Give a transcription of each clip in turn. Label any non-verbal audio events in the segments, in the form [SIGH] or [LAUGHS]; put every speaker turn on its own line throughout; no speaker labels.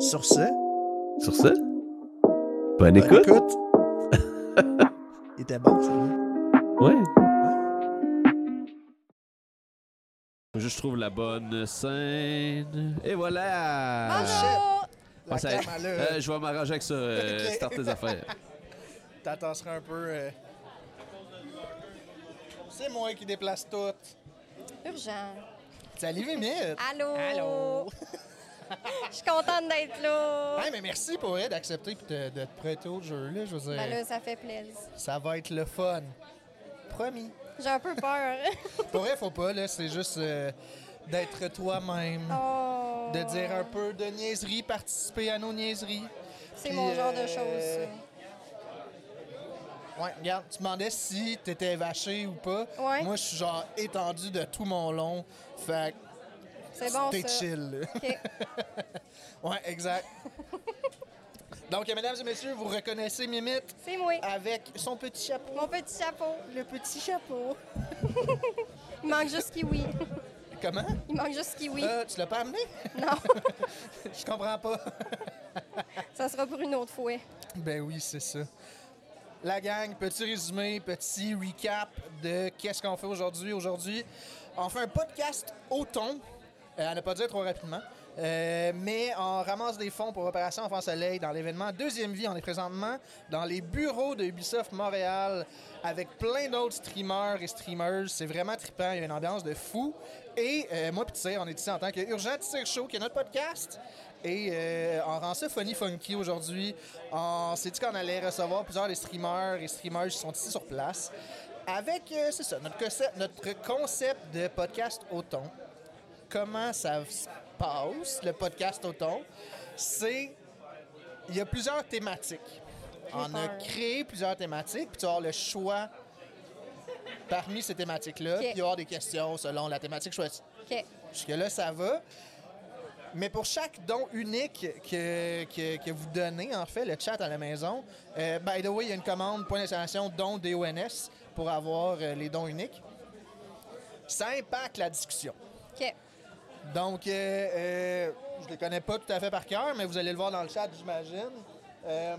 Sur ce, ben,
Sur ce, bonne écoute.
écoute. [LAUGHS] Il était bon, ça. hein?
Ouais. Je trouve la bonne scène. Et voilà!
Bravo!
La
Ah, ça-
crème à l'œil.
Euh, je vais m'arranger avec ça. euh,
Ok.
Start tes affaires.
T'atasseras un peu. euh. C'est moi qui déplace tout.
Urgent.
Salut, Mimite.
Allô?
Allô?
Je suis contente d'être là.
Hey, mais merci pour elle d'accepter et de, de te prêter au jeu. Là, je veux dire,
Ben là, ça fait plaisir.
ça va être le fun. Promis.
J'ai un
[LAUGHS]
peu peur.
Pour elle, faut pas, là, c'est juste euh, d'être toi-même.
Oh.
De dire un peu de niaiserie, participer à nos niaiseries.
C'est
Puis,
mon genre de
euh,
choses.
Ouais, regarde, tu demandais si t'étais vaché ou pas.
Ouais.
Moi, je suis genre étendu de tout mon long. Fait
C'est
que
bon,
t'es
ça.
chill.
[LAUGHS]
là.
OK.
Ouais, exact. Donc, mesdames et messieurs, vous reconnaissez Mimite
C'est moi.
avec son petit chapeau.
Mon petit chapeau.
Ah. Le petit chapeau.
[LAUGHS] Il manque juste kiwi.
Comment?
Il manque juste kiwi.
Euh, tu l'as pas amené? [LAUGHS]
Non,
Je comprends pas.
ça sera pour une autre fois.
ben oui, c'est ça. La gang, petit résumé, petit recap de qu'est-ce qu'on fait aujourd'hui. Aujourd'hui, on fait un podcast au thon, euh, à ne pas dire trop rapidement, euh, mais on ramasse des fonds pour Opération Enfant Soleil dans l'événement Deuxième Vie. On est présentement dans les bureaux de Ubisoft Montréal avec plein d'autres streamers et streamers. C'est vraiment trippant, il y a une ambiance de fou. Et euh, moi, puis Tire, on est ici en tant que Urgent Tire Show, qui est notre podcast. Et euh, on rend ça funny funky aujourd'hui. On s'est dit qu'on allait recevoir plusieurs des streamers et streamers qui sont ici sur place. Avec, euh, c'est ça, notre concept, notre concept de podcast au ton. Comment ça se passe, le podcast au ton? C'est. Il y a plusieurs thématiques. On a
peur.
créé plusieurs thématiques, puis tu vas avoir le choix parmi ces thématiques-là,
Ok.
puis il va y avoir des questions selon la thématique choisie.
OK.
Jusque-là, ça va. Mais pour chaque don unique que, que, que vous donnez, en fait, le chat à la maison, euh, by the way, il y a une commande, point d'installation, don DONS pour avoir euh, les dons uniques. Ça impacte la discussion.
OK.
Donc, euh, euh, je ne les connais pas tout à fait par cœur, mais vous allez le voir dans le chat, j'imagine. Euh,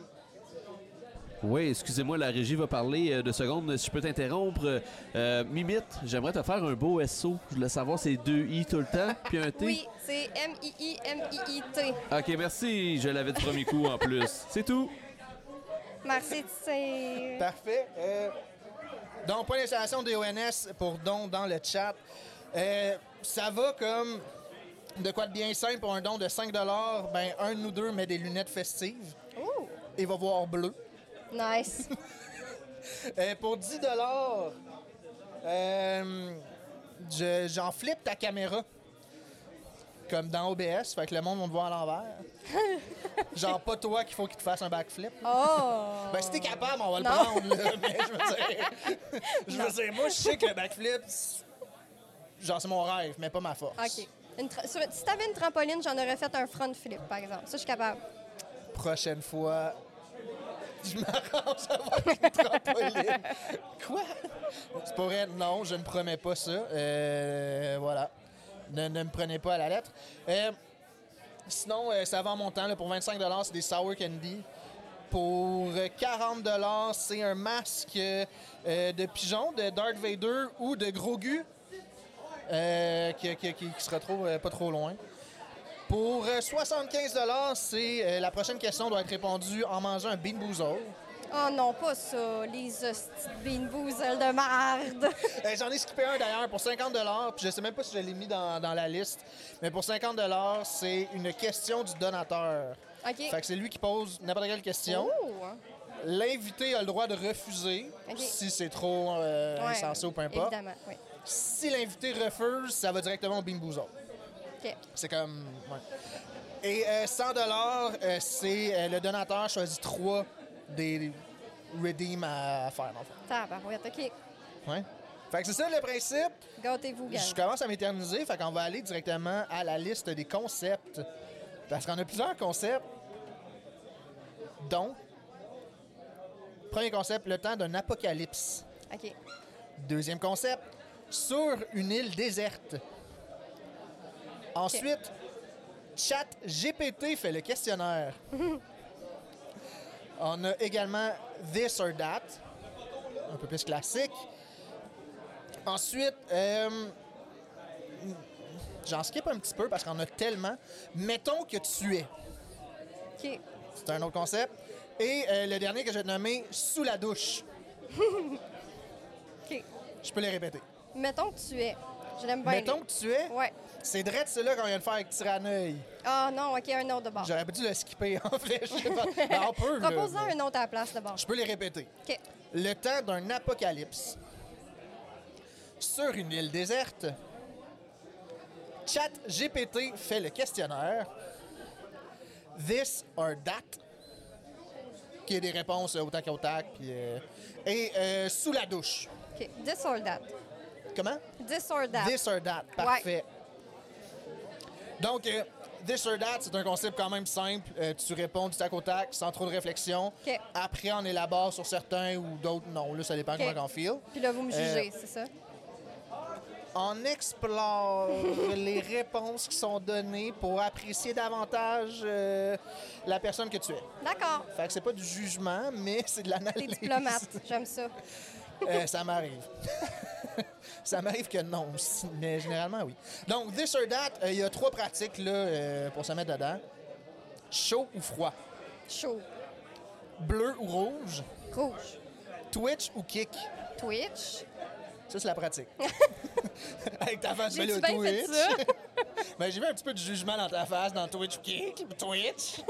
Oui, excusez-moi, la régie va parler euh, deux secondes. Si je peux t'interrompre, euh, euh, Mimite, j'aimerais te faire un beau SO. Je voulais savoir c'est deux I tout le temps, puis un T.
Oui, c'est M-I-I-M-I-I-T.
Ok, merci. Je l'avais du premier coup en plus.
[LAUGHS]
C'est tout.
Merci, c'est...
Parfait. Euh, donc, point d'installation des ONS pour don dans le chat. Euh, ça va comme de quoi de bien simple pour un don de 5 ben un ou deux met des lunettes festives
Ouh,
et va voir bleu.
nice.
Euh, pour 10 euh, je- j'en flippe ta caméra. Comme dans OBS, fait que le monde va me voir à l'envers. Genre pas toi qu'il faut qu'il te fasse un backflip.
Oh!
Ben, si t'es capable, on va le
Non.
prendre, là. [LAUGHS] Mais je veux dire, je veux dire, moi, je sais que le backflip, c'est- genre, c'est mon rêve, mais pas ma force.
OK. Une tra- sur- si t'avais une trampoline, j'en aurais fait un front flip, par exemple. Ça, je suis capable.
Prochaine fois, je m'arrange à avoir une trampoline. Quoi? Tu pourrais, non, je ne promets pas ça. Euh, voilà. Ne, ne me prenez pas à la lettre. Euh, sinon, euh, ça va en montant, là, pour 25 c'est des sour candy. Pour euh, 40 c'est un masque euh, euh, de pigeon, de Darth Vader ou de Grogu, euh, qui, qui- qui- qui se retrouve euh, pas trop loin. Pour euh, 75 c'est euh, la prochaine question doit être répondue en mangeant un bean boozle.
Oh non, pas ça. Les hosties de Bean Boozle
[LAUGHS]
de merde.
Euh, J'en ai skippé un d'ailleurs pour 50 puis je sais même pas si je l'ai mis dans, dans la liste, mais pour 50 c'est une question du donateur.
OK. Oh!
Fait que c'est lui qui pose n'importe quelle question.
Ouh!
Euh, L'invité a le droit de refuser
Ok.
si c'est trop euh,
Ouais,
insensé ou peu importe.
Évidemment, oui.
Si l'invité refuse, ça va directement au bean boozle.
OK.
C'est comme. ouais. Et euh, 100 euh, c'est euh, le donateur choisit trois des redeem à, à faire, dans le fond.
Tabarouette, OK.
Ouais. Fait que c'est ça le principe.
Gâtez-vous, gang.
Je commence à m'éterniser, fait qu'on va aller directement à la liste des concepts. Parce qu'on a plusieurs concepts. Donc, premier concept, le temps d'un apocalypse.
OK.
Deuxième concept, sur une île déserte. Ensuite, Chat GPT fait le questionnaire. On a également This or That, un peu plus classique. Ensuite, euh, j'en skip un petit peu parce qu'on a tellement. Mettons que tu es.
OK.
C'est un autre concept. Et euh, le dernier que je vais te nommer, Sous la douche.
OK.
Je peux les répéter.
Mettons que tu es. Je l'aime bien.
Mettons que tu es.
lui. Ouais.
C'est drette celui-là qu'on vient de faire avec Tiraneuil.
Ah non, OK, un autre de bord.
J'aurais dû le skipper [LAUGHS] en fait. je sais pas. Ben, on peut. là,
Propose-en
mais
un autre à la place de bord.
Je peux les répéter.
OK.
Le temps d'un apocalypse. Sur une île déserte. Chat GPT fait le questionnaire. This or that. Qui est des réponses euh, au tac au tac. puis, euh, et euh, sous la douche.
OK. This or that.
Comment?
This or that.
This or that. Parfait. Donc, euh, this or that, c'est un concept quand même simple. Euh, tu réponds du tac au tac sans trop de réflexion.
OK.
Après, on élabore sur certains ou d'autres non. Là, ça dépend
OK.
comment on feel.
Puis là, vous me
Euh,
jugez, c'est ça?
On explore [LAUGHS] les réponses qui sont données pour apprécier davantage euh, la personne que tu es. [LAUGHS]
D'accord.
Fait que c'est pas du jugement, mais c'est de
T'es
l'analyse.
diplomate. J'aime ça.
Euh, ça m'arrive. [LAUGHS] ça m'arrive que non, si- mais généralement oui. Donc, this or that, euh, il y a trois pratiques là, euh, pour se mettre dedans. Chaud ou froid,
Chaud.
bleu ou rouge,
Rouge.
Twitch ou kick.
Twitch.
Ça, c'est la
[LAUGHS]
pratique. Avec ta face, je fais
J'ai-tu
le
bien fait
Twitch.
ça?
[LAUGHS] Ben, j'ai vu un petit peu de jugement dans ta face, dans Twitch ou kick.
[LAUGHS]
Twitch.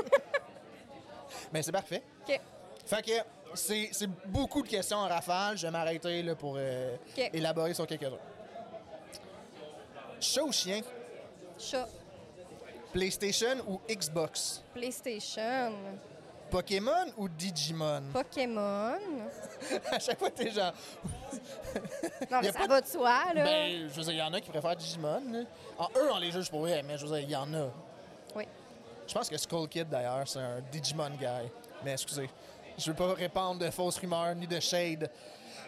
mais c'est parfait.
OK.
Fait que c'est c'est beaucoup de questions en rafale. Je vais m'arrêter là, pour euh,
OK.
élaborer sur quelques-uns. Chat ou chien,
Chat.
PlayStation ou Xbox?
PlayStation.
Pokémon ou Digimon? [LAUGHS]
Pokémon. Non,
à chaque fois, t'es genre... Y
mais
a
ça
pas de-
va de soi, là.
Ben, je veux dire, il y en a qui préfèrent Digimon. là. En eux, on les juge pour eux, mais je veux dire, il y en a.
Oui.
Je pense que Skull Kid, d'ailleurs, c'est un Digimon guy. Mais excusez, je veux pas répandre de fausses rumeurs ni de shade.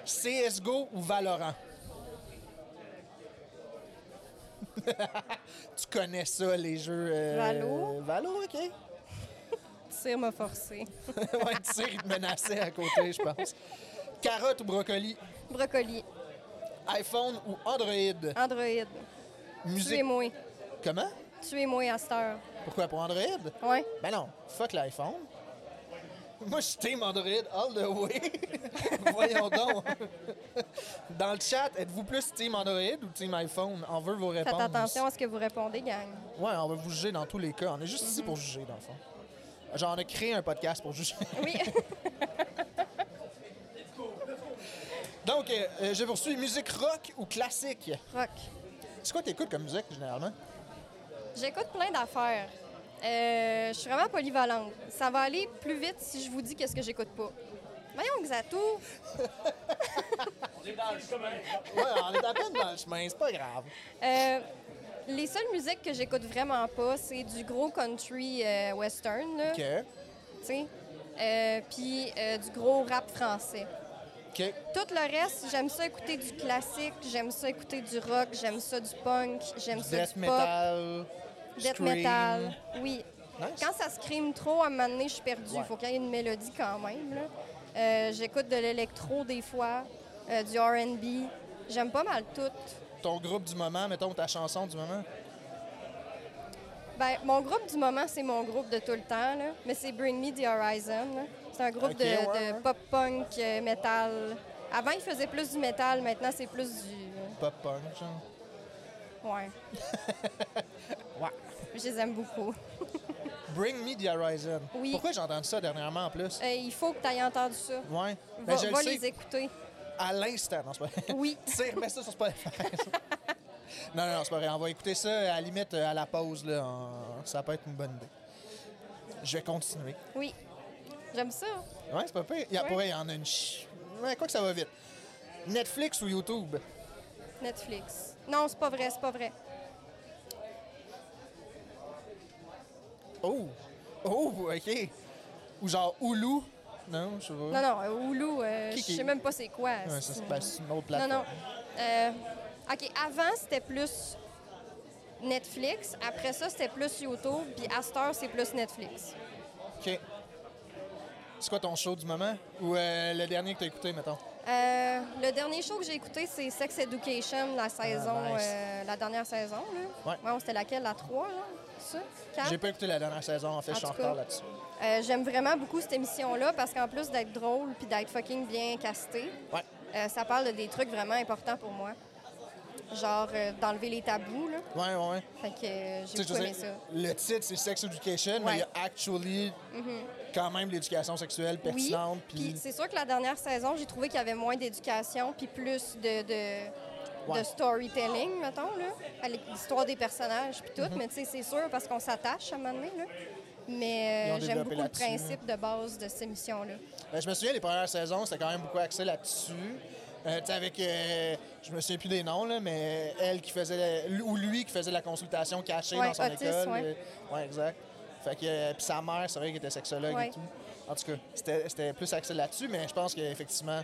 CSGO ou Valorant? [LAUGHS] tu connais ça, les jeux... euh,
Valo.
Valo, OK. [LAUGHS]
Tire m'a forcé.
ouais, tu sais, il te menaçait à côté, je pense. Carotte ou brocoli?
Brocoli.
iPhone ou Android?
Android. Ah,
Musique.
Tuez-moi.
Comment?
Tuez-moi à cette heure.
Pourquoi pour Android?
Ouais.
Ben non, fuck l'iPhone. Moi, je suis team Android all the way. [LAUGHS] Voyons donc. Dans le chat, êtes-vous plus team Android ou team iPhone? On veut vos
Faites
réponses.
attention à ce que vous répondez, gang.
Ouais, on va vous juger dans tous les cas. On est juste ici pour juger, dans le fond. Genre, on a créé un podcast pour juger.
Oui.
[LAUGHS] Donc, euh, euh, je poursuis. Musique rock ou classique?
Rock.
C'est quoi t'écoutes comme musique, généralement?
J'écoute plein d'affaires. Euh, je suis vraiment polyvalente. Ça va aller plus vite si je vous dis qu'est-ce que j'écoute pas. Voyons, Xatou.
Ouais, on est à peine dans le chemin, c'est pas grave.
Euh, les seules musiques que j'écoute vraiment pas, c'est du gros country euh, western, là,
OK.
tu sais, euh, puis euh, du gros rap français.
OK.
Tout le reste, j'aime ça écouter du classique, j'aime ça écouter du rock, j'aime ça du punk, j'aime ça
Death
du
metal.
pop, death
scream.
metal. Oui.
Nice.
Quand ça scream trop, à un moment donné, je suis perdue.
Ouais.
Il faut qu'il y ait une mélodie quand même. là. Euh, j'écoute de l'électro des fois, euh, du R&B. J'aime pas mal tout.
Ton groupe du moment, mettons ta chanson du moment.
Ben, mon groupe du moment, c'est mon groupe de tout le temps, là. mais c'est Bring Me the Horizon. là. C'est un groupe
Ok,
de,
ouais,
de
ouais.
pop-punk, euh, metal. Avant, ils faisaient plus du metal, maintenant, c'est plus du.
Pop punk, genre.
Ouais.
[LAUGHS] Ouais.
Je les aime beaucoup.
Bring Me the Horizon.
Oui.
Pourquoi j'ai entendu ça dernièrement en plus?
Euh, il faut que tu aies entendu ça.
Ouais.
Va,
Ben, je le
va les
sais
écouter.
à l'instant. Non, c'est pas vrai.
Oui. [LAUGHS]
[LAUGHS] Tu sais, remets ça sur Spotify. non, non, non, c'est pas vrai. On va écouter ça à la limite euh, à la pause. Là, en- Ça peut être une bonne idée. Je vais continuer.
Oui. J'aime ça.
Ouais, c'est pas pire. Il y a
Ouais.
pour vrai, il y en a une ch... Ouais, quoi que ça va vite. Netflix ou YouTube?
Netflix. Non, c'est pas vrai, c'est pas vrai.
Hein? Oh! Oh, OK. Ou genre Hulu? Non, je sais pas.
Non, non, euh, Hulu, euh,
Qui
je
qui-
sais même pas c'est quoi.
Ouais, ça,
c'est-
c'est pas- c'est une autre
Non,
plateforme.
non. Euh, OK, avant, c'était plus Netflix. Après ça, c'était plus YouTube. Puis à cette heure, c'est plus Netflix.
OK. C'est quoi ton show du moment? Ou euh, le dernier que t'as écouté, mettons?
Euh, le dernier show que j'ai écouté, c'est Sex Education, la saison,
Ah, nice.
euh, la dernière saison. Là.
Ouais.
c'était laquelle? La 3, là? Ça? Quatre?
J'ai pas écouté la dernière saison, en fait,
Hein?
je
En
suis en
tout cas.
retard là-dessus.
Euh, J'aime vraiment beaucoup cette émission-là parce qu'en plus d'être drôle puis d'être fucking bien casté,
Ouais.
euh, ça parle de des trucs vraiment importants pour moi. Genre euh, d'enlever les tabous, là.
Ouais, ouais, ouais.
Fait que euh,
Tu
j'ai
sais,
beaucoup
je
aimé
sais,
ça.
Le titre, c'est Sex Education, mais il y a actually quand même l'éducation sexuelle
Mm-hmm. Oui,
pertinente.
puis
puis
c'est sûr que la dernière saison, j'ai trouvé qu'il y avait moins d'éducation puis plus de, de,
Ouais.
de storytelling, mettons, là, à l'histoire des personnages puis
Mm-hmm.
tout. Mais tu sais, c'est sûr parce qu'on s'attache à un moment donné, là.
Ils
Mais
ont
euh, j'aime
développé
beaucoup le
là-dessus,
principe de base de cette émission-là.
Ben, je me souviens, les premières saisons, c'était quand même beaucoup axé là-dessus. Euh, tu sais, avec, euh, je me souviens plus des noms, là, mais elle qui faisait, le- ou lui qui faisait la consultation cachée
Ouais,
dans son
autiste,
école.
ouais.
euh, ouais, exact. Fait que, euh, puis sa mère, c'est vrai qu'elle était sexologue
Ouais.
et tout. En tout cas, c'était c'était plus axé là-dessus, mais je pense qu'effectivement,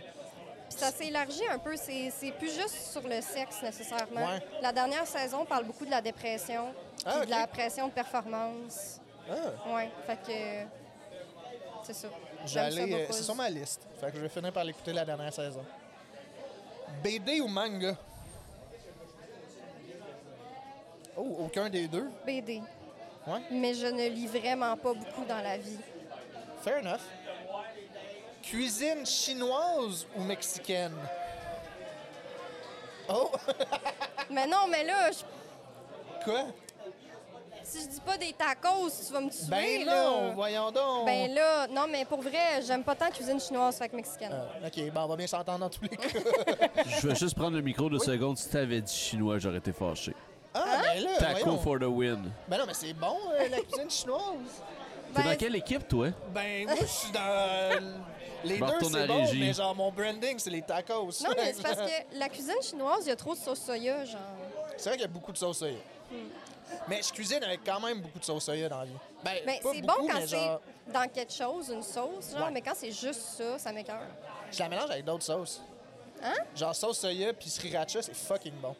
Ça s'est élargi un peu. C'est c'est plus juste sur le sexe nécessairement.
Ouais.
La dernière saison parle beaucoup de la dépression, puis
Ah, ok.
de la pression de performance.
ah,
Ouais, fait que c'est ça. J'aime ça
j'allais. euh,
beaucoup.
C'est sur ma liste. Fait que je vais finir par l'écouter la dernière saison. BD ou manga? Oh, aucun des deux.
BD.
Ouais.
Mais je ne lis vraiment pas beaucoup dans la vie.
Fair enough. Cuisine chinoise ou mexicaine? Oh! [LAUGHS]
Mais non, mais là, je-
Quoi?
si je dis pas des tacos, tu vas me tuer
Ben
là.
non, voyons donc!
Ben là, non, mais pour vrai, j'aime pas tant cuisine chinoise, fait que mexicaine.
Euh, OK, ben on va bien s'entendre dans tous les
[LAUGHS]
cas.
Je vais juste prendre le micro deux secondes. Si t'avais dit chinois, j'aurais été fâché.
Ah,
Hein?
ben là,
Taco
voyons.
for the win.
Ben non, mais c'est bon, euh, la cuisine chinoise!
T'es
Ben,
dans quelle équipe, toi?
Ben, moi, je suis dans... euh, les
Bon,
deux,
retourne à
c'est bon,
régie.
mais genre, mon branding, c'est les tacos.
Non,
[LAUGHS]
mais c'est parce que la cuisine chinoise, il y a trop de sauce soya, genre.
C'est vrai qu'il y a beaucoup de sauce soya.
Hmm.
Mais je cuisine avec quand même beaucoup de sauce soya dans la vie. Ben,
Ben,
pas
c'est bon
beaucoup,
quand
mais
c'est
genre,
dans quelque chose, une sauce, genre,
Ouais.
mais quand c'est juste ça, ça m'écoeure.
Je la mélange avec d'autres sauces.
Hein? Mm.
Genre sauce soya puis sriracha, c'est fucking bon.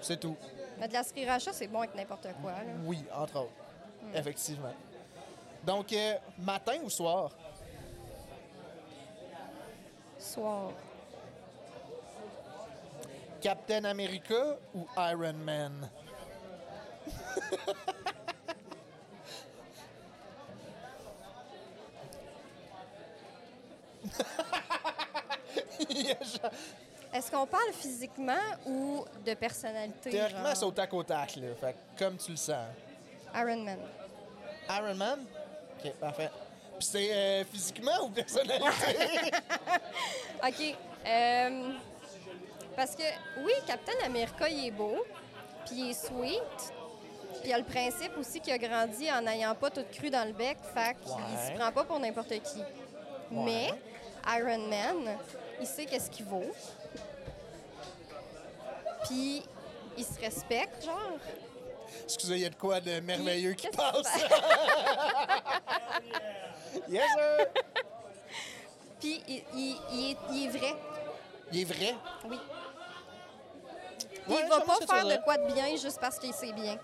C'est tout.
Mais de la sriracha, c'est bon avec n'importe quoi. Là.
Oui, entre autres.
Mm.
Effectivement. Donc, euh, matin ou soir?
Soir.
Captain America ou Iron Man? [LAUGHS] Il y a genre-
Est-ce qu'on parle physiquement ou de personnalité?
Théoriquement,
genre?
c'est au tac au tac, là. Fait que comme tu le sens.
Iron Man.
Iron Man? OK, parfait. Puis c'est euh, physiquement ou personnalité?
OK. euh, parce que, oui, Captain America, il est beau, puis il est sweet, puis il y a le principe aussi qu'il a grandi en n'ayant pas tout cru dans le bec, fait qu'il
Ouais.
se prend pas pour n'importe qui. Mais Iron Man, il sait qu'est-ce qu'il vaut, puis il se respecte, genre.
Excusez, il y a de quoi de merveilleux qui
Qu'est-ce que tu
passe. [LAUGHS] yes, sir!
Puis il, il- il est, il est vrai,
Il est vrai.
oui. Puis
Ouais,
il va
je
pas
pense que
faire
c'est vrai.
de quoi de bien juste parce qu'il sait bien.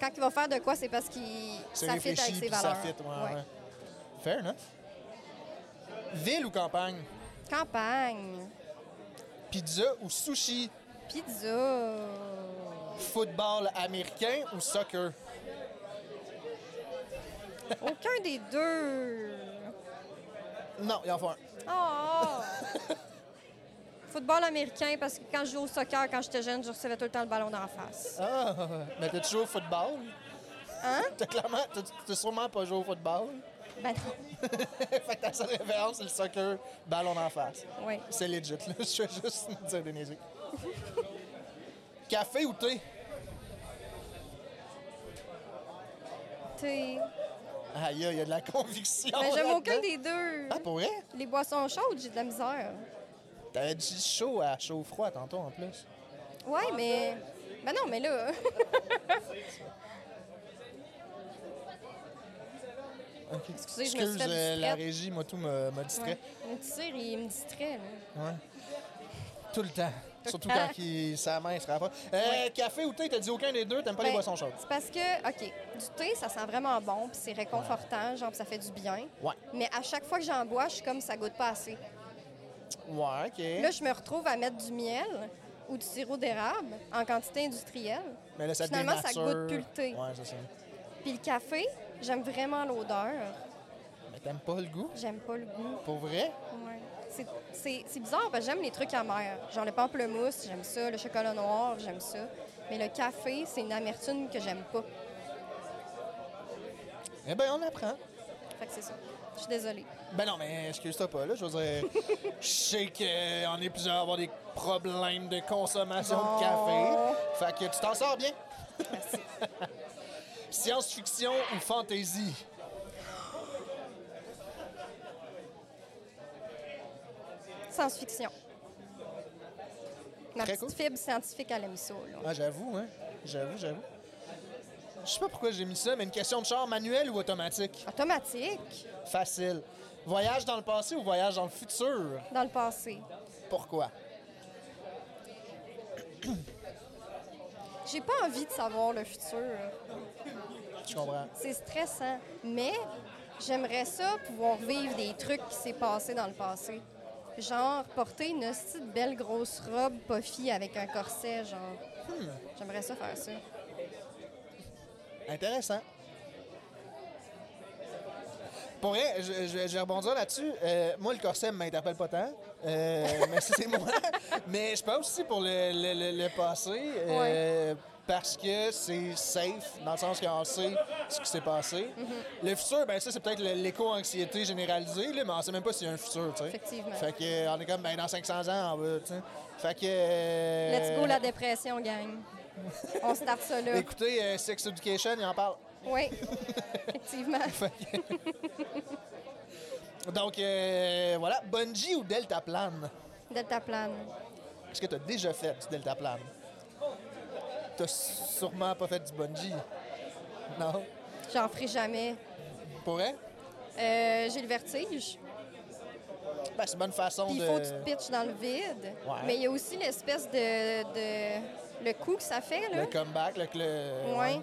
Quand il va faire de quoi, c'est parce qu'il
C'est
ça fit avec
réfléchi,
ses
puis ça
valeurs.
fit, ouais,
Ouais.
ouais. Fair enough. Ville ou campagne?
Campagne,
Pizza ou sushi?
pizza,
Football américain ou soccer?
aucun des deux.
Non, il en faut un. Ah!
Oh! Football américain, parce que quand je jouais au soccer, quand j'étais jeune, je recevais tout le temps le ballon d'en face.
Ah, [LAUGHS] mais t'as toujours au football?
Hein?
T'as clairement, t'as- t'as sûrement pas joué au football.
Ben non.
fait que ta seule référence, c'est le soccer, ballon en face.
Oui.
C'est legit, là. [LAUGHS] Je vais juste dire des niaiseries. Café ou thé?
T'sais.
Aïe, aïe, il y a de la conviction.
Mais ben, j'aime aucun
là-dedans.
des deux.
Ah, pour vrai?
Les boissons chaudes, j'ai de la misère.
T'avais dit chaud à chaud-froid tantôt en plus. Ah,
Ouais, mais. Ben non, mais là. [LAUGHS]
Ok.
Excusez, je me suis
Excuse,
fait
euh, la
distraite.
régie, moi, tout me- m'a
Ouais.
distrait.
Mais tu sais, il me distrait, là.
Ouais. Tout le temps. Surtout quand il- sa main se rapproche. Euh, Café ou thé, t'as dit aucun des deux, t'aimes pas les
Ben,
boissons chaudes.
C'est parce que, OK, du thé, ça sent vraiment bon, puis c'est réconfortant, genre, puis ça fait du bien.
Ouais.
Mais à chaque fois que j'en bois, je suis comme, ça goûte pas assez.
Ouais, OK.
Là, je me retrouve à mettre du miel ou du sirop d'érable en quantité industrielle.
Mais là, ça
finalement, ça
dénature.
goûte plus le thé.
Ouais, c'est ça.
Puis le café, j'aime vraiment l'odeur.
Mais t'aimes pas le goût?
J'aime pas le goût.
Pour vrai?
Ouais. C'est- C'est c'est bizarre parce que j'aime les trucs amers. Genre le pamplemousse, j'aime ça. Le chocolat noir, j'aime ça. Mais le café, c'est une amertume que j'aime pas.
Eh bien, on apprend.
Fait que c'est ça. Je suis désolée.
Ben non, mais excuse-toi pas, là. Je veux dire, je sais qu'on est plusieurs à avoir des problèmes de consommation de
Bon.
café. Fait que tu t'en sors bien.
Merci.
[LAUGHS] Science-fiction ou fantasy?
Science-fiction. Ma
Très
petite
cool.
fibre scientifique, elle aime ça. là.
Ah, j'avoue, hein. J'avoue, j'avoue. Je sais pas pourquoi j'ai mis ça, mais une question de char manuel ou automatique?
Automatique,
Facile. Voyage dans le passé ou voyage dans le futur?
dans le passé.
Pourquoi?
J'ai pas envie de savoir le futur.
Je comprends.
C'est stressant. Mais j'aimerais ça pouvoir vivre des trucs qui s'est passé dans le passé. Genre porter une hostie de belle grosse robe puffy avec un corset, genre. J'aimerais ça faire ça.
Intéressant. Pour vrai, je, je- je vais rebondir là-dessus. Euh, moi, le corset ne m'interpelle pas tant,
[LAUGHS]
euh, mais c'est moi. Mais je pense aussi pour le, le- le- le passé, euh, parce que c'est safe, dans le sens qu'on sait ce qui s'est passé.
Mhm.
Le futur, ben ça, c'est peut-être le- l'éco-anxiété généralisée, là, mais on sait même pas s'il y a un futur. tu sais.
Effectivement.
Fait que, euh, on est comme, ben, dans 500 ans, on va. tu sais. Fait que. euh,
Let's go la dépression, gang. On start ça là.
Écoutez, euh, Sex Education, il en parle.
Oui, effectivement.
Donc, euh, voilà, bungee ou deltaplane?
Deltaplane.
Est-ce que tu as déjà fait du deltaplane? Tu sûrement pas fait du bungee. Non?
J'en ferai jamais.
Pourrais?
Euh, J'ai le vertige.
Ben, c'est une bonne façon
Puis il
de...
faut que tu te pitches dans le vide.
Ouais.
Mais il y a aussi l'espèce de, de- le coup que ça fait là.
Le comeback, le... le-
Ouais.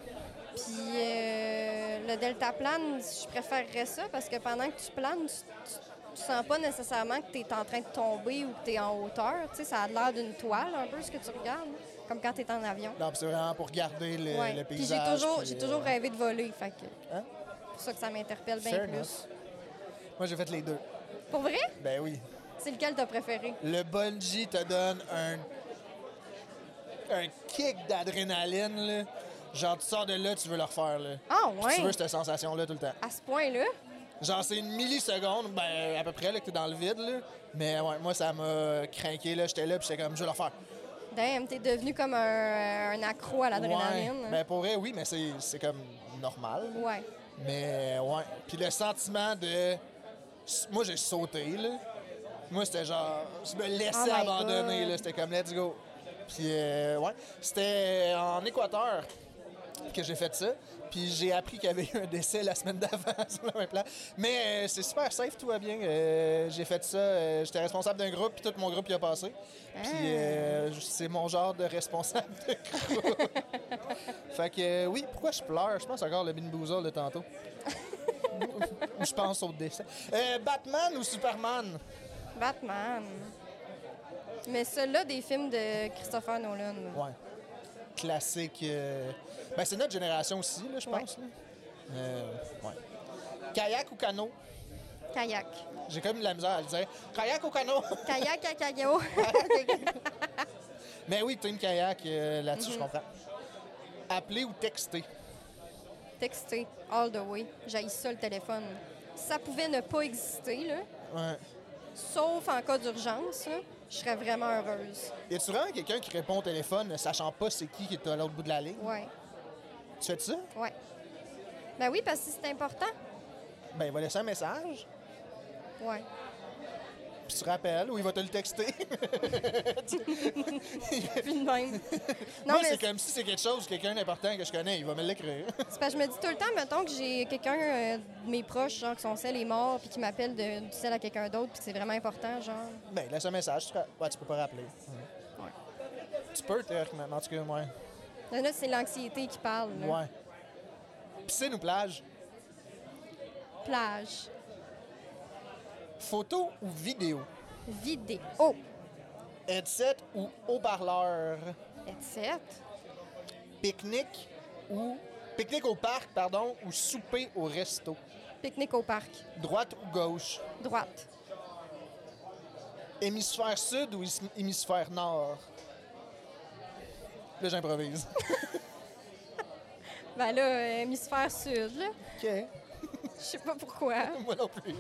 Puis euh, le deltaplane, je préférerais ça parce que pendant que tu planes, tu, tu- tu sens pas nécessairement que tu es en train de tomber ou que tu es en hauteur. Tu sais, ça a l'air d'une toile un peu ce que tu regardes, comme quand tu es en avion.
Non, puis c'est vraiment pour garder le,
Ouais.
le
Puis j'ai
paysage.
toujours,
puis,
j'ai
euh,
toujours rêvé de voler. Fait que
Hein?
c'est pour ça que ça m'interpelle bien
Fair
plus.
enough. Moi, j'ai fait les deux.
Pour vrai,
Ben oui.
c'est lequel t'as préféré?
Le bungee te donne un, un kick d'adrénaline, là. Genre, tu sors de là, tu veux le refaire, là.
Ah
Puis
ouais!
Tu veux cette sensation-là tout le temps.
À ce point-là?
Genre, c'est une milliseconde, ben, à peu près, là, que t'es dans le vide, là. Mais ouais, moi, ça m'a craqué, là. J'étais là, puis j'étais comme, je vais le refaire.
Damn, t'es devenu comme un, un accro à l'adrénaline.
Ouais. Ben, pour vrai, oui, mais c'est c'est comme normal. là.
Ouais.
Mais ouais. Puis le sentiment de. Moi, j'ai sauté, là. Moi, c'était genre. Je me laissais
Oh my
abandonner,
God.
là. C'était comme, let's go. Puis, euh, ouais. C'était en Équateur que j'ai fait ça. Puis j'ai appris qu'il y avait eu un décès la semaine d'avant [LAUGHS] sur le même plan. Mais euh, c'est super safe, tout va bien. Euh, j'ai fait ça. euh, J'étais responsable d'un groupe, puis tout mon groupe y a passé. Puis
Ah.
euh, c'est mon genre de responsable de groupe.
[LAUGHS]
fait que euh, oui, pourquoi je pleure? Je pense encore le Bean Boozle de tantôt. Ou je pense au décès. Euh, Batman ou Superman?
Batman. Mais ceux-là, des films de Christopher Nolan. là.
Ouais. Classique. euh, Ben, c'est notre génération aussi, là, je
Ouais.
pense. là. Euh, ouais. Kayak ou canot?
Kayak.
J'ai comme eu de la misère à le dire. Kayak ou canot? [LAUGHS]
Kayak à cagao.
Mais oui, t'as une kayak euh, là-dessus, je comprends. Appeler ou texter?
[LAUGHS] Texté, all the way. J'haïs ça, le téléphone. Ça pouvait ne pas exister, là.
Ouais.
Sauf en cas d'urgence, là, je serais vraiment heureuse.
Y a-tu vraiment quelqu'un qui répond au téléphone ne sachant pas c'est qui qui est à l'autre bout de la ligne?
Ouais,
Tu fais ça?
ouais. Ben oui, parce que c'est important.
Ben, il va laisser un message,
Ouais.
puis tu rappelles, ou il va te le texter.
[LAUGHS]
[LAUGHS]
Plus de même. Non,
Moi,
mais
c'est comme si c'est quelque chose, quelqu'un d'important que je connais, il va me l'écrire. [LAUGHS]
c'est parce que je me dis tout le temps, mettons que j'ai quelqu'un euh, de mes proches, genre, que son sel est mort, puis qui m'appelle de- du sel à quelqu'un d'autre, puis que c'est vraiment important, genre.
ben, laisse un message, tu, ra- ouais, tu peux pas rappeler.
Ouais.
Tu peux, théoriquement. En tout cas, ouais.
Là, là, c'est l'anxiété qui parle. là.
Ouais. Piscine ou plage?
Plage,
Photo ou vidéo?
vidéo, oh,
Headset ou haut-parleur?
etc.
Pique-nique ou... Pique-nique au parc, pardon, ou souper au resto?
Pique-nique au parc.
Droite ou gauche?
Droite.
Hémisphère sud ou his- hémisphère nord? Là, j'improvise.
Ben là, euh, hémisphère sud, là.
OK.
Je sais pas pourquoi.
[LAUGHS] Moi non plus.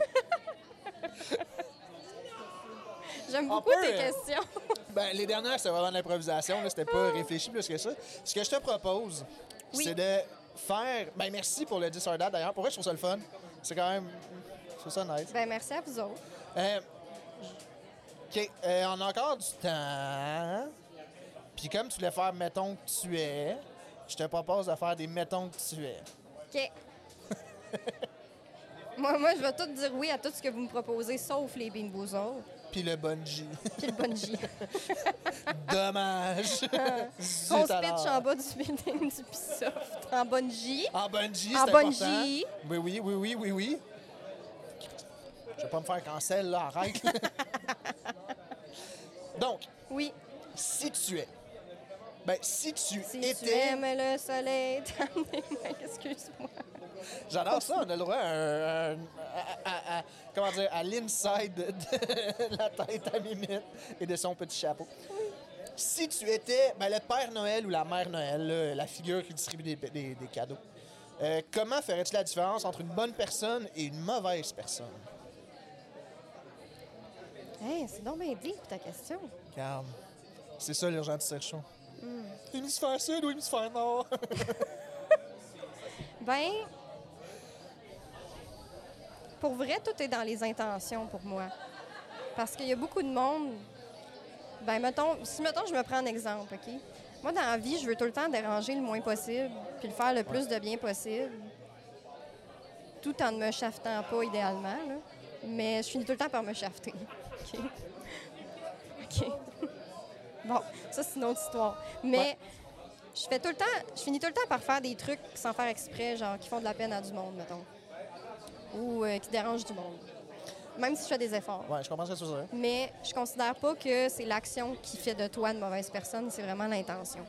J'aime
On
beaucoup
peut,
tes
euh,
questions.
Ben, les dernières, c'était vraiment de l'improvisation. là. C'était pas réfléchi plus que ça. Ce que je te propose,
Oui.
c'est de faire. Ben, merci pour le 10 heures date, d'ailleurs. Pour vrai, je trouve ça le fun. C'est quand même. Je trouve ça nice.
ben merci à vous autres.
Euh, OK. Euh, on a encore du temps. Puis, comme tu voulais faire Mettons que tu es, je te propose de faire des Mettons que tu es.
OK. moi, moi, je vais tout dire oui à tout ce que vous me proposez, sauf les bean boozles,
Puis le bungee. [LAUGHS]
puis le bungee.
Dommage. [LAUGHS] Zut
[LAUGHS] On se
alors.
pitch en bas du building du Pissoft. En bungee.
En bungee,
En
Ah, c'est
bungee.
important. Oui, oui, oui, oui, oui, oui. Je vais pas me faire cancel, là, [LAUGHS] arrête. Donc,
Oui.
si tu es... Ben, si tu
Si tu
étais...
aimes le soleil, [LAUGHS] t'en aimes- excuse-moi.
J'adore ça, on a le droit à, un- à- à- à- comment dire, à l'inside de la tête à Mimite et de son petit chapeau. Si tu étais ben, le Père Noël ou la Mère Noël, là, la figure qui distribue des, des- des cadeaux, euh, comment ferais-tu la différence entre une bonne personne et une mauvaise personne?
Hey, c'est donc bien deep, ta question.
Regarde, c'est ça l'urgent du serchon. Hmm. Hémisphère sud ou hémisphère nord?
Ben, pour vrai, tout est dans les intentions pour moi. Parce qu'il y a beaucoup de monde. Ben, mettons, si mettons, je me prends un exemple, OK? Moi, dans la vie, je veux tout le temps déranger le moins possible, puis le faire le plus de bien possible, tout en ne me chafetant pas idéalement, là. Mais je finis tout le temps par me chafeter. [LAUGHS] OK? OK. [LAUGHS] Bon, ça, c'est une autre histoire. Mais
Ouais.
je fais tout le temps, je finis tout le temps par faire des trucs sans faire exprès, genre qui font de la peine à du monde, mettons. Ou euh, qui dérangent du monde. Même si je fais des efforts.
[LAUGHS] ouais, je comprends ce que tu veux dire.
Mais je considère pas que c'est l'action qui fait de toi une mauvaise personne, c'est vraiment l'intention.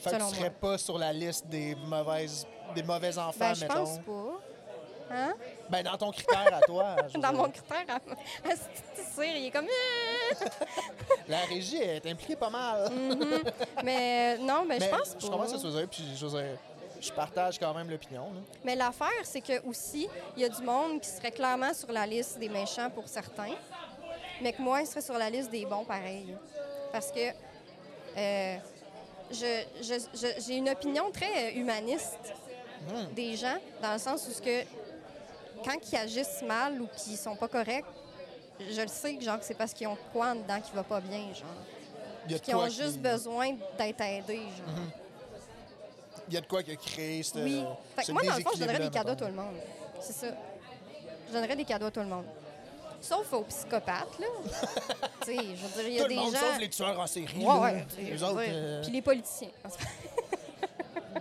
Fait que
Selon
tu serais pas sur la liste des mauvaises des mauvais enfants,
Ben, je
mettons.
pense pas. Hein?
Ben, dans ton critère à [LAUGHS] toi. je veux
Dans
dire.
mon critère, à, [LAUGHS] à ce petit cire, il est comme. euh.
La régie est impliquée pas mal.
Mais euh, non, mais Mm, je
Mais
pense pas.
Je comprends ce que tu veux dire, puis je, veux dire, je partage quand même l'opinion. là.
Mais l'affaire, c'est que aussi, il y a du monde qui serait clairement sur la liste des méchants pour certains, mais que moi, je serais sur la liste des bons pareil. Parce que euh, je- je- je- j'ai une opinion très euh, humaniste
Hmm.
des gens, dans le sens où ce que quand ils agissent mal ou qu'ils sont pas corrects, je le sais que genre que c'est parce qu'ils ont quoi en dedans qui va pas bien, genre.
Il y a de
Qu'ils ont
quoi
juste
qui-
besoin d'être aidés, genre.
Il y a de quoi qui a créé ce.
Oui. Fait que
ce
moi, dans le fond, je donnerais des
déséquilibre-là,
cadeaux à tout
euh, mettons.
le monde. C'est ça. Je donnerais des cadeaux à tout le monde. Sauf aux
[LAUGHS]
psychopathes, là. tu sais, je veux dire, il y a
Tout
des
le monde,
gens...
sauf les tueurs en série.
Ouais,
là.
ouais, tu sais, je
les
veux
autres,
dire.
euh,
Puis les politiciens.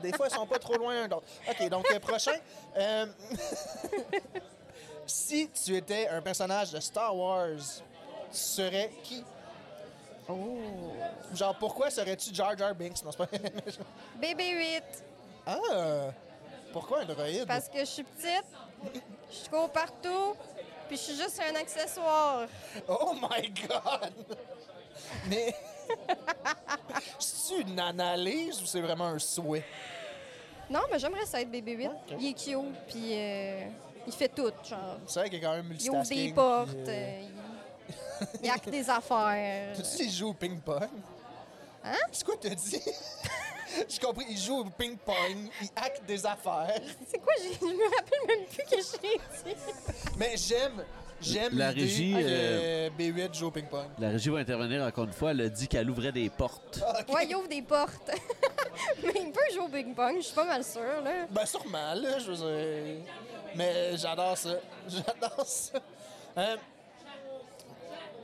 des fois, ils sont pas trop loin l'un de l'autre. OK, donc, euh, prochain. Euh, [LAUGHS] si tu étais un personnage de Star Wars, tu serais qui?
oh.
Genre, pourquoi serais-tu Jar Jar Binks? Non, c'est pas...
BB-8,
[LAUGHS] ah! Pourquoi un droïde?
parce que je suis petite, je cours partout, puis je suis juste un accessoire.
Oh my God! Mais. C'est une analyse ou c'est vraiment un souhait?
Non, mais j'aimerais ça être BB-8.
Ouais, ok.
Il est cute, puis euh, il fait tout, genre.
C'est vrai qu'il y a quand même
Il ouvre
multitasking.
des portes,
puis, euh,
euh, il... il hack
[LAUGHS]
des affaires.
Tu sais, il joue au ping-pong.
Hein?
C'est quoi que t'as dit? [LAUGHS] J'ai compris, il joue au ping-pong, il hack des affaires.
C'est quoi? j'ai- Je me rappelle même plus que j'ai dit.
Mais j'aime, j'aime
La
l'idée
régie,
que
euh,
B8 joue au ping-pong.
La régie va intervenir encore une fois. Elle a dit qu'elle ouvrait des portes.
Ah.
Ouais, il ouvre des portes. [LAUGHS] Mais il peut jouer au Big Bang, je suis pas mal sûre, là.
Ben, sûrement, là, je veux dire. Mais j'adore ça. [LAUGHS] J'adore ça. Euh,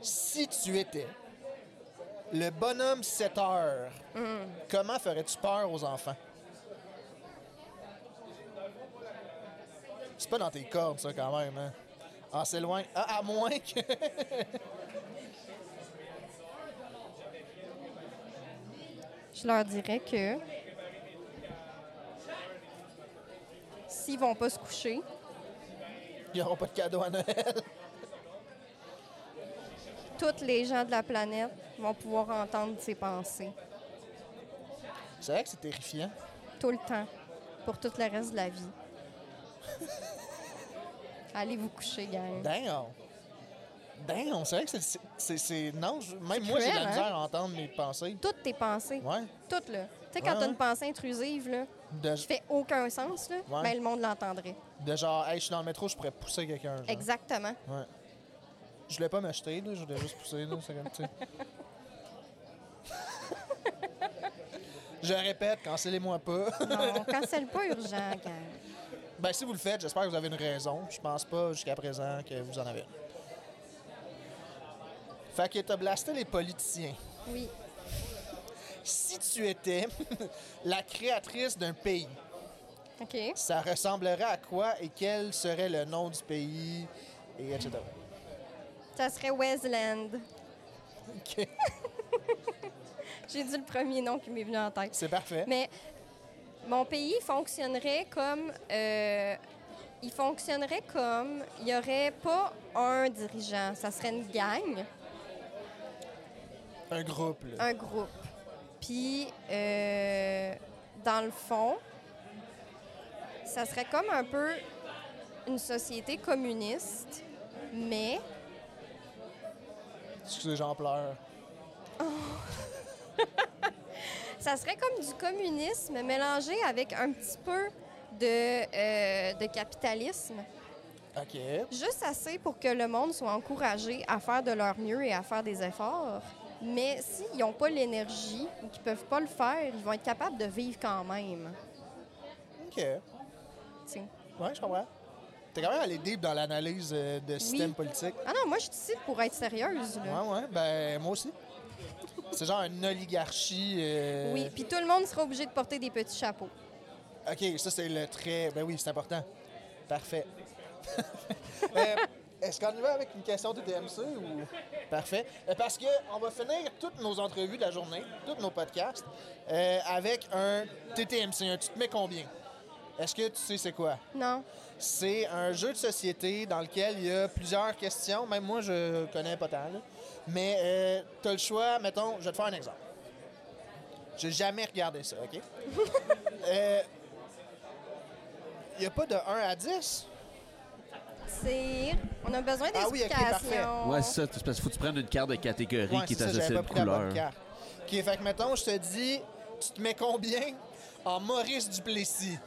si tu étais Le bonhomme 7 heures,
Mm.
comment ferais-tu peur aux enfants? C'est pas dans tes cordes, ça, quand même. Hein? Ah, c'est loin. Ah, à moins que. [LAUGHS]
Je leur dirais que s'ils vont pas se coucher,
Ils n'auront pas de cadeau à Noël.
tous les gens de la planète vont pouvoir entendre ses pensées
C'est vrai que c'est terrifiant.
tout le temps pour tout le reste de
[LAUGHS]
la vie. Allez vous coucher, gang.
Damn! Damn! C'est vrai que c'est- c'est- c'est. c'est- Non, je- même moi, j'ai de la
cruel, hein?
misère à entendre mes pensées.
Toutes tes pensées,
Ouais.
toutes là. Tu sais quand
Ouais,
t'as
ouais.
une pensée intrusive là,
De,
qui fait aucun sens là,
Ouais.
ben, le monde l'entendrait.
de genre, hey, je suis dans le métro, je pourrais pousser quelqu'un. genre.
Exactement.
Ouais. Je voulais pas m'acheter, là, je voulais juste pousser, là, c'est comme, tu sais. Je répète, cancellez-moi pas.
Non, cancelle pas urgent, gang.
ben, si vous le faites, j'espère que vous avez une raison. Je pense pas jusqu'à présent que vous en avez une. Fait que t'as blasté les politiciens.
Oui.
Si tu étais [LAUGHS] la créatrice d'un pays,
OK.
ça ressemblerait à quoi et quel serait le nom du pays, et etc.
Ça serait Westland.
OK.
J'ai dit le premier nom qui m'est venu en tête.
C'est parfait.
Mais mon pays fonctionnerait comme. euh, il fonctionnerait comme. Il n'y aurait pas un dirigeant. Ça serait une gang,
Un groupe, là.
un groupe. Puis, euh, dans le fond, ça serait comme un peu une société communiste, mais
Excusez, j'en pleure.
ça serait comme du communisme mélangé avec un petit peu de, euh, de capitalisme.
OK.
Juste assez pour que le monde soit encouragé à faire de leur mieux et à faire des efforts. Mais s'ils n'ont pas l'énergie ou qu'ils ne peuvent pas le faire, ils vont être capables de vivre quand même.
OK. Ouais,
tu sais.
je comprends. T'es quand même allé deep dans l'analyse euh, de système politique.
Ah non, moi, je suis ici pour être sérieuse.
Ouais,
Là.
ouais. Ben, moi aussi. C'est genre une oligarchie. euh,
Oui, puis tout le monde sera obligé de porter des petits chapeaux.
OK, ça, c'est le trait. Ben oui, c'est important. Parfait. [LAUGHS] Euh, Est-ce qu'on y va avec une question de TMC ou. Parfait. Euh, Parce que on va finir toutes nos entrevues de la journée, tous nos podcasts, euh, avec un TTMC, un tu te mets combien? Est-ce que tu sais c'est quoi?
Non?
C'est un jeu de société dans lequel il y a plusieurs questions. Même moi, je connais pas tant. là. Mais euh, t'as le choix, mettons, je vais te faire un exemple. J'ai jamais regardé ça, OK? Euh, Il n'y a pas de 1 à 10?
C'est... On a besoin
Ah oui, ok, parfait.
d'explications.
Ouais, c'est ça. C'est parce qu'il faut que tu prennes une carte de catégorie
Ouais,
qui est
c'est ça,
associée
j'avais
à
pas
une
pris la bonne
couleur.
carte. OK, fait que mettons, je te dis, tu te mets combien en Maurice Duplessis?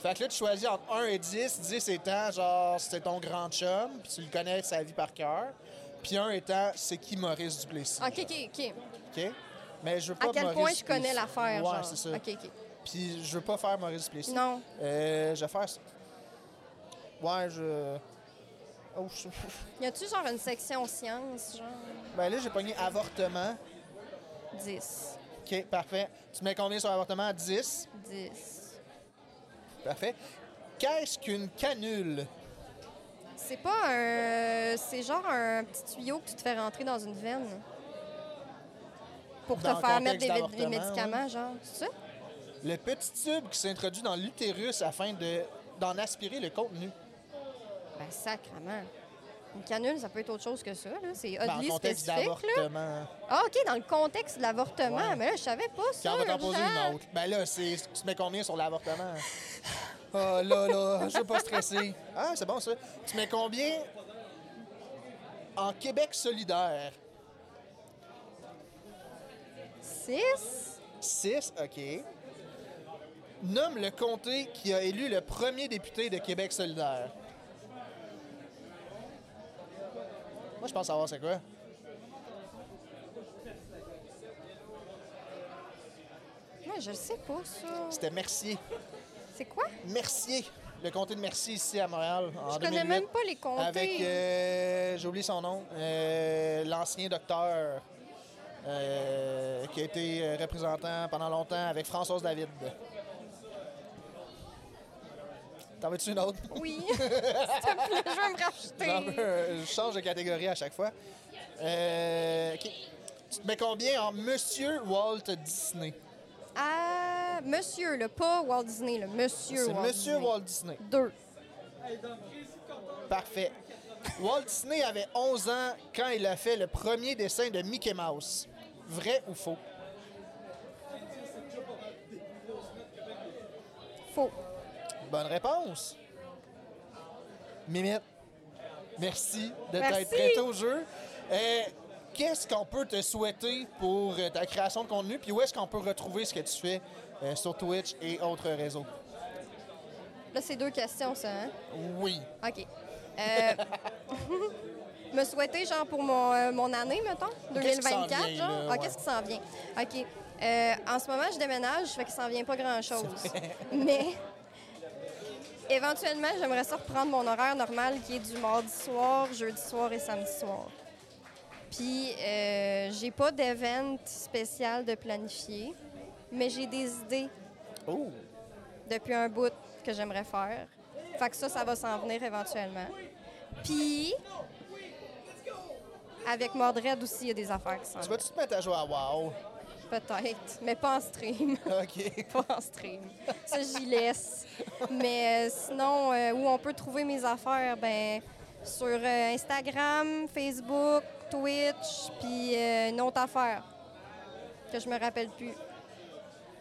Fait que là, tu choisis entre 1 et 10. 10 étant, genre, c'est ton grand chum, puis tu le connais sa vie par cœur. Puis 1 étant, c'est qui Maurice Duplessis?
OK, OK, OK.
OK? Mais je veux pas
À quel
Maurice
point je connais
Duplessis.
l'affaire,
Ouais,
genre.
c'est ça.
OK, OK.
Puis je veux pas faire Maurice Duplessis.
Non.
Euh, je vais faire ça. Ouais, je... Oh, je... [LAUGHS]
Y a-tu genre une section science, genre
Ben là, j'ai pogné avortement.
10,
OK, parfait. Tu mets combien sur l'avortement? 10.
10...
Parfait. Qu'est-ce qu'une canule?
C'est pas un. C'est genre un petit tuyau que tu te fais rentrer dans une veine. Pour
Dans le
te faire mettre
contexte
des,
d'avortement,
des médicaments, genre. C'est ça?
Le petit tube qui s'introduit dans l'utérus afin de d'en aspirer le contenu.
Ben, sacrement. Une canule, ça peut être autre chose que ça, là. C'est
Dans le
oddly
Ben, contexte
spécifique, là.
d'avortement.
Ah, OK, dans le contexte de l'avortement.
Ouais.
Mais là, je savais pas ça.
Quand on va t'en
urgent.
poser une autre. Ben là, c'est tu mets combien sur l'avortement? Oh là là, je veux pas stresser. Ah, c'est bon ça. Tu mets combien en Québec solidaire?
Six?
6, OK. Nomme le comté qui a élu le premier député de Québec solidaire. Moi, je pense savoir c'est quoi.
Moi, je sais pas ça.
C'était Mercier.
C'est quoi?
Mercier, le comté de Mercier ici à Montréal en
Je connais
2008,
même pas les comtés.
Avec, euh, j'ai oublié son nom, euh, l'ancien euh, docteur euh, qui a été euh, représentant pendant longtemps avec Françoise David. T'en veux-tu une autre?
Oui, [LAUGHS] s'il te plaît, je vais me
J'en
racheter.
veux, [LAUGHS] euh, je change de catégorie à chaque fois. Euh, ok. Tu te mets combien en Monsieur Walt Disney?
Ah, monsieur, là, pas Walt Disney, là, monsieur
C'est
Walt
Monsieur
Disney.
Walt Disney.
Deux.
Parfait. Walt Disney avait 11 ans quand il a fait le premier dessin de Mickey Mouse. Vrai ou faux?
Faux.
Bonne réponse. Mimette, merci de
Merci.
t'être prêté au jeu. Euh, Qu'est-ce qu'on peut te souhaiter pour euh, ta création de contenu? Puis où est-ce qu'on peut retrouver ce que tu fais euh, sur Twitch et autres réseaux?
Là, c'est deux questions, ça, hein?
Oui.
OK. Euh, [LAUGHS] me souhaiter, genre, pour mon, euh, mon année, mettons,
Qu'est-ce qui s'en
2024,
vient,
genre.
là,
Ah,
ouais.
qu'est-ce qui s'en vient? OK. Euh, en ce moment, je déménage, fait qu'il s'en vient pas grand-chose. [LAUGHS] Mais éventuellement, j'aimerais ça reprendre mon horaire normal qui est du mardi soir, jeudi soir et samedi soir. Puis, euh, j'ai pas d'event spécial de planifier, mais j'ai des idées
Oh!
depuis un bout que j'aimerais faire. Fait que ça, ça va s'en venir éventuellement. Puis, avec Mordred aussi, il y a des affaires qui s'en
Tu
viennent.
vas-tu te mettre à jouer à
[LAUGHS]
WoW?
Peut-être, mais pas en stream.
OK.
[LAUGHS] pas en stream. Ça, j'y laisse. Mais euh, sinon, euh, où on peut trouver mes affaires, ben sur euh, Instagram, Facebook, Twitch, puis euh, une autre affaire que je me rappelle plus.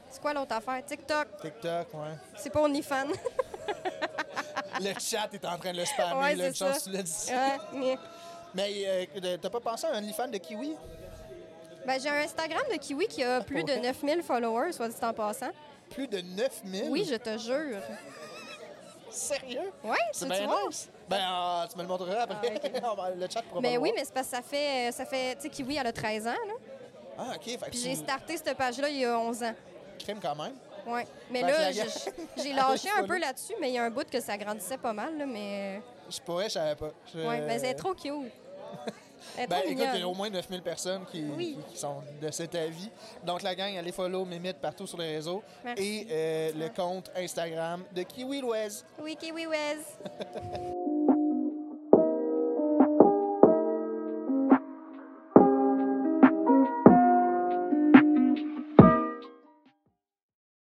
C'est quoi l'autre affaire? TikTok.
TikTok, ouais.
C'est
[LAUGHS]
pas OnlyFans.
Le chat est en train de le spammer,
Ouais,
là,
c'est
une chance que
ça.
tu l'as dit.
Ouais, mais-
Mais euh, t'as pas pensé à un OnlyFans de Kiwi?
Ben, j'ai un Instagram de Kiwi qui a plus de
ouais?
9000 followers, soit dit en passant.
Plus de 9000?
Oui, je te jure.
Sérieux?
Oui,
C'est
tu
bien
vois?
nice. Ben, ah, tu me le montreras après.
Ah,
[LAUGHS] On va- le chat pourra pas
Mais
le
oui,
voir.
mais c'est parce que ça fait, ça fait tu sais, Kiwi, elle a 13 ans, là.
Ah, OK. Fait que
Puis j'ai
tu-
starté cette page-là il y a 11 ans.
crime quand même.
Ouais. Mais
Fait que la
là,
gang-
[LAUGHS] j'ai- j'ai lâché un
Follow.
peu là-dessus, mais il y a un bout que ça grandissait pas mal, là, mais...
Je pourrais, je savais pas. Je-
Ouais, mais c'est trop cute. Elle est
Euh. Ben,
trop
écoute, il y a
mignonne.
au moins 9000 personnes qui,
Oui.
qui- qui sont de cet avis. Donc, la gang, allez follow Mimite partout sur les réseaux.
Merci.
Et euh, le compte Instagram de Kiwi Louise.
Oui, Kiwi Wes.